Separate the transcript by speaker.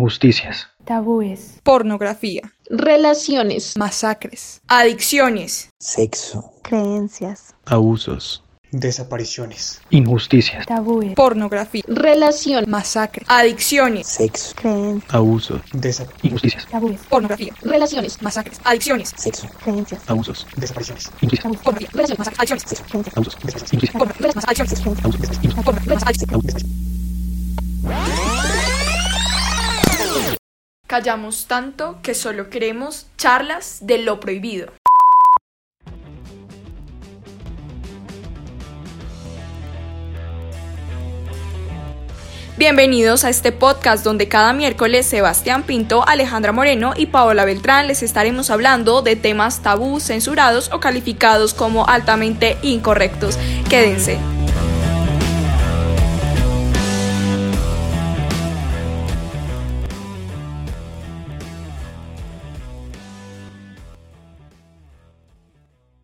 Speaker 1: Injusticias.
Speaker 2: tabúes,
Speaker 3: pornografía,
Speaker 4: Relaciones.
Speaker 3: masacres, adicciones,
Speaker 5: Sexo.
Speaker 6: creencias,
Speaker 7: abusos,
Speaker 5: Desapariciones.
Speaker 1: Injusticias.
Speaker 2: tabúes,
Speaker 3: pornografía,
Speaker 4: Relación.
Speaker 3: masacres, adicciones,
Speaker 5: Sexo.
Speaker 6: creen-
Speaker 7: abusos,
Speaker 5: Desapariciones.
Speaker 1: Injusticias.
Speaker 2: tabúes,
Speaker 3: pornografía,
Speaker 4: Relaciones.
Speaker 3: masacres, adicciones,
Speaker 5: Sexo.
Speaker 6: creencias,
Speaker 7: abusos,
Speaker 5: Desapariciones.
Speaker 1: Injusticias.
Speaker 3: pornografía, relaciones, masacres, adicciones,
Speaker 6: creencias,
Speaker 7: abusos,
Speaker 1: Injusticias.
Speaker 3: pornografía, masacres, adicciones,
Speaker 7: abusos,
Speaker 3: pornografía, masacres, adicciones. Callamos tanto que solo queremos charlas de lo prohibido. Bienvenidos a este podcast donde cada miércoles Sebastián Pinto, Alejandra Moreno y Paola Beltrán les estaremos hablando de temas tabú, censurados o calificados como altamente incorrectos. Quédense.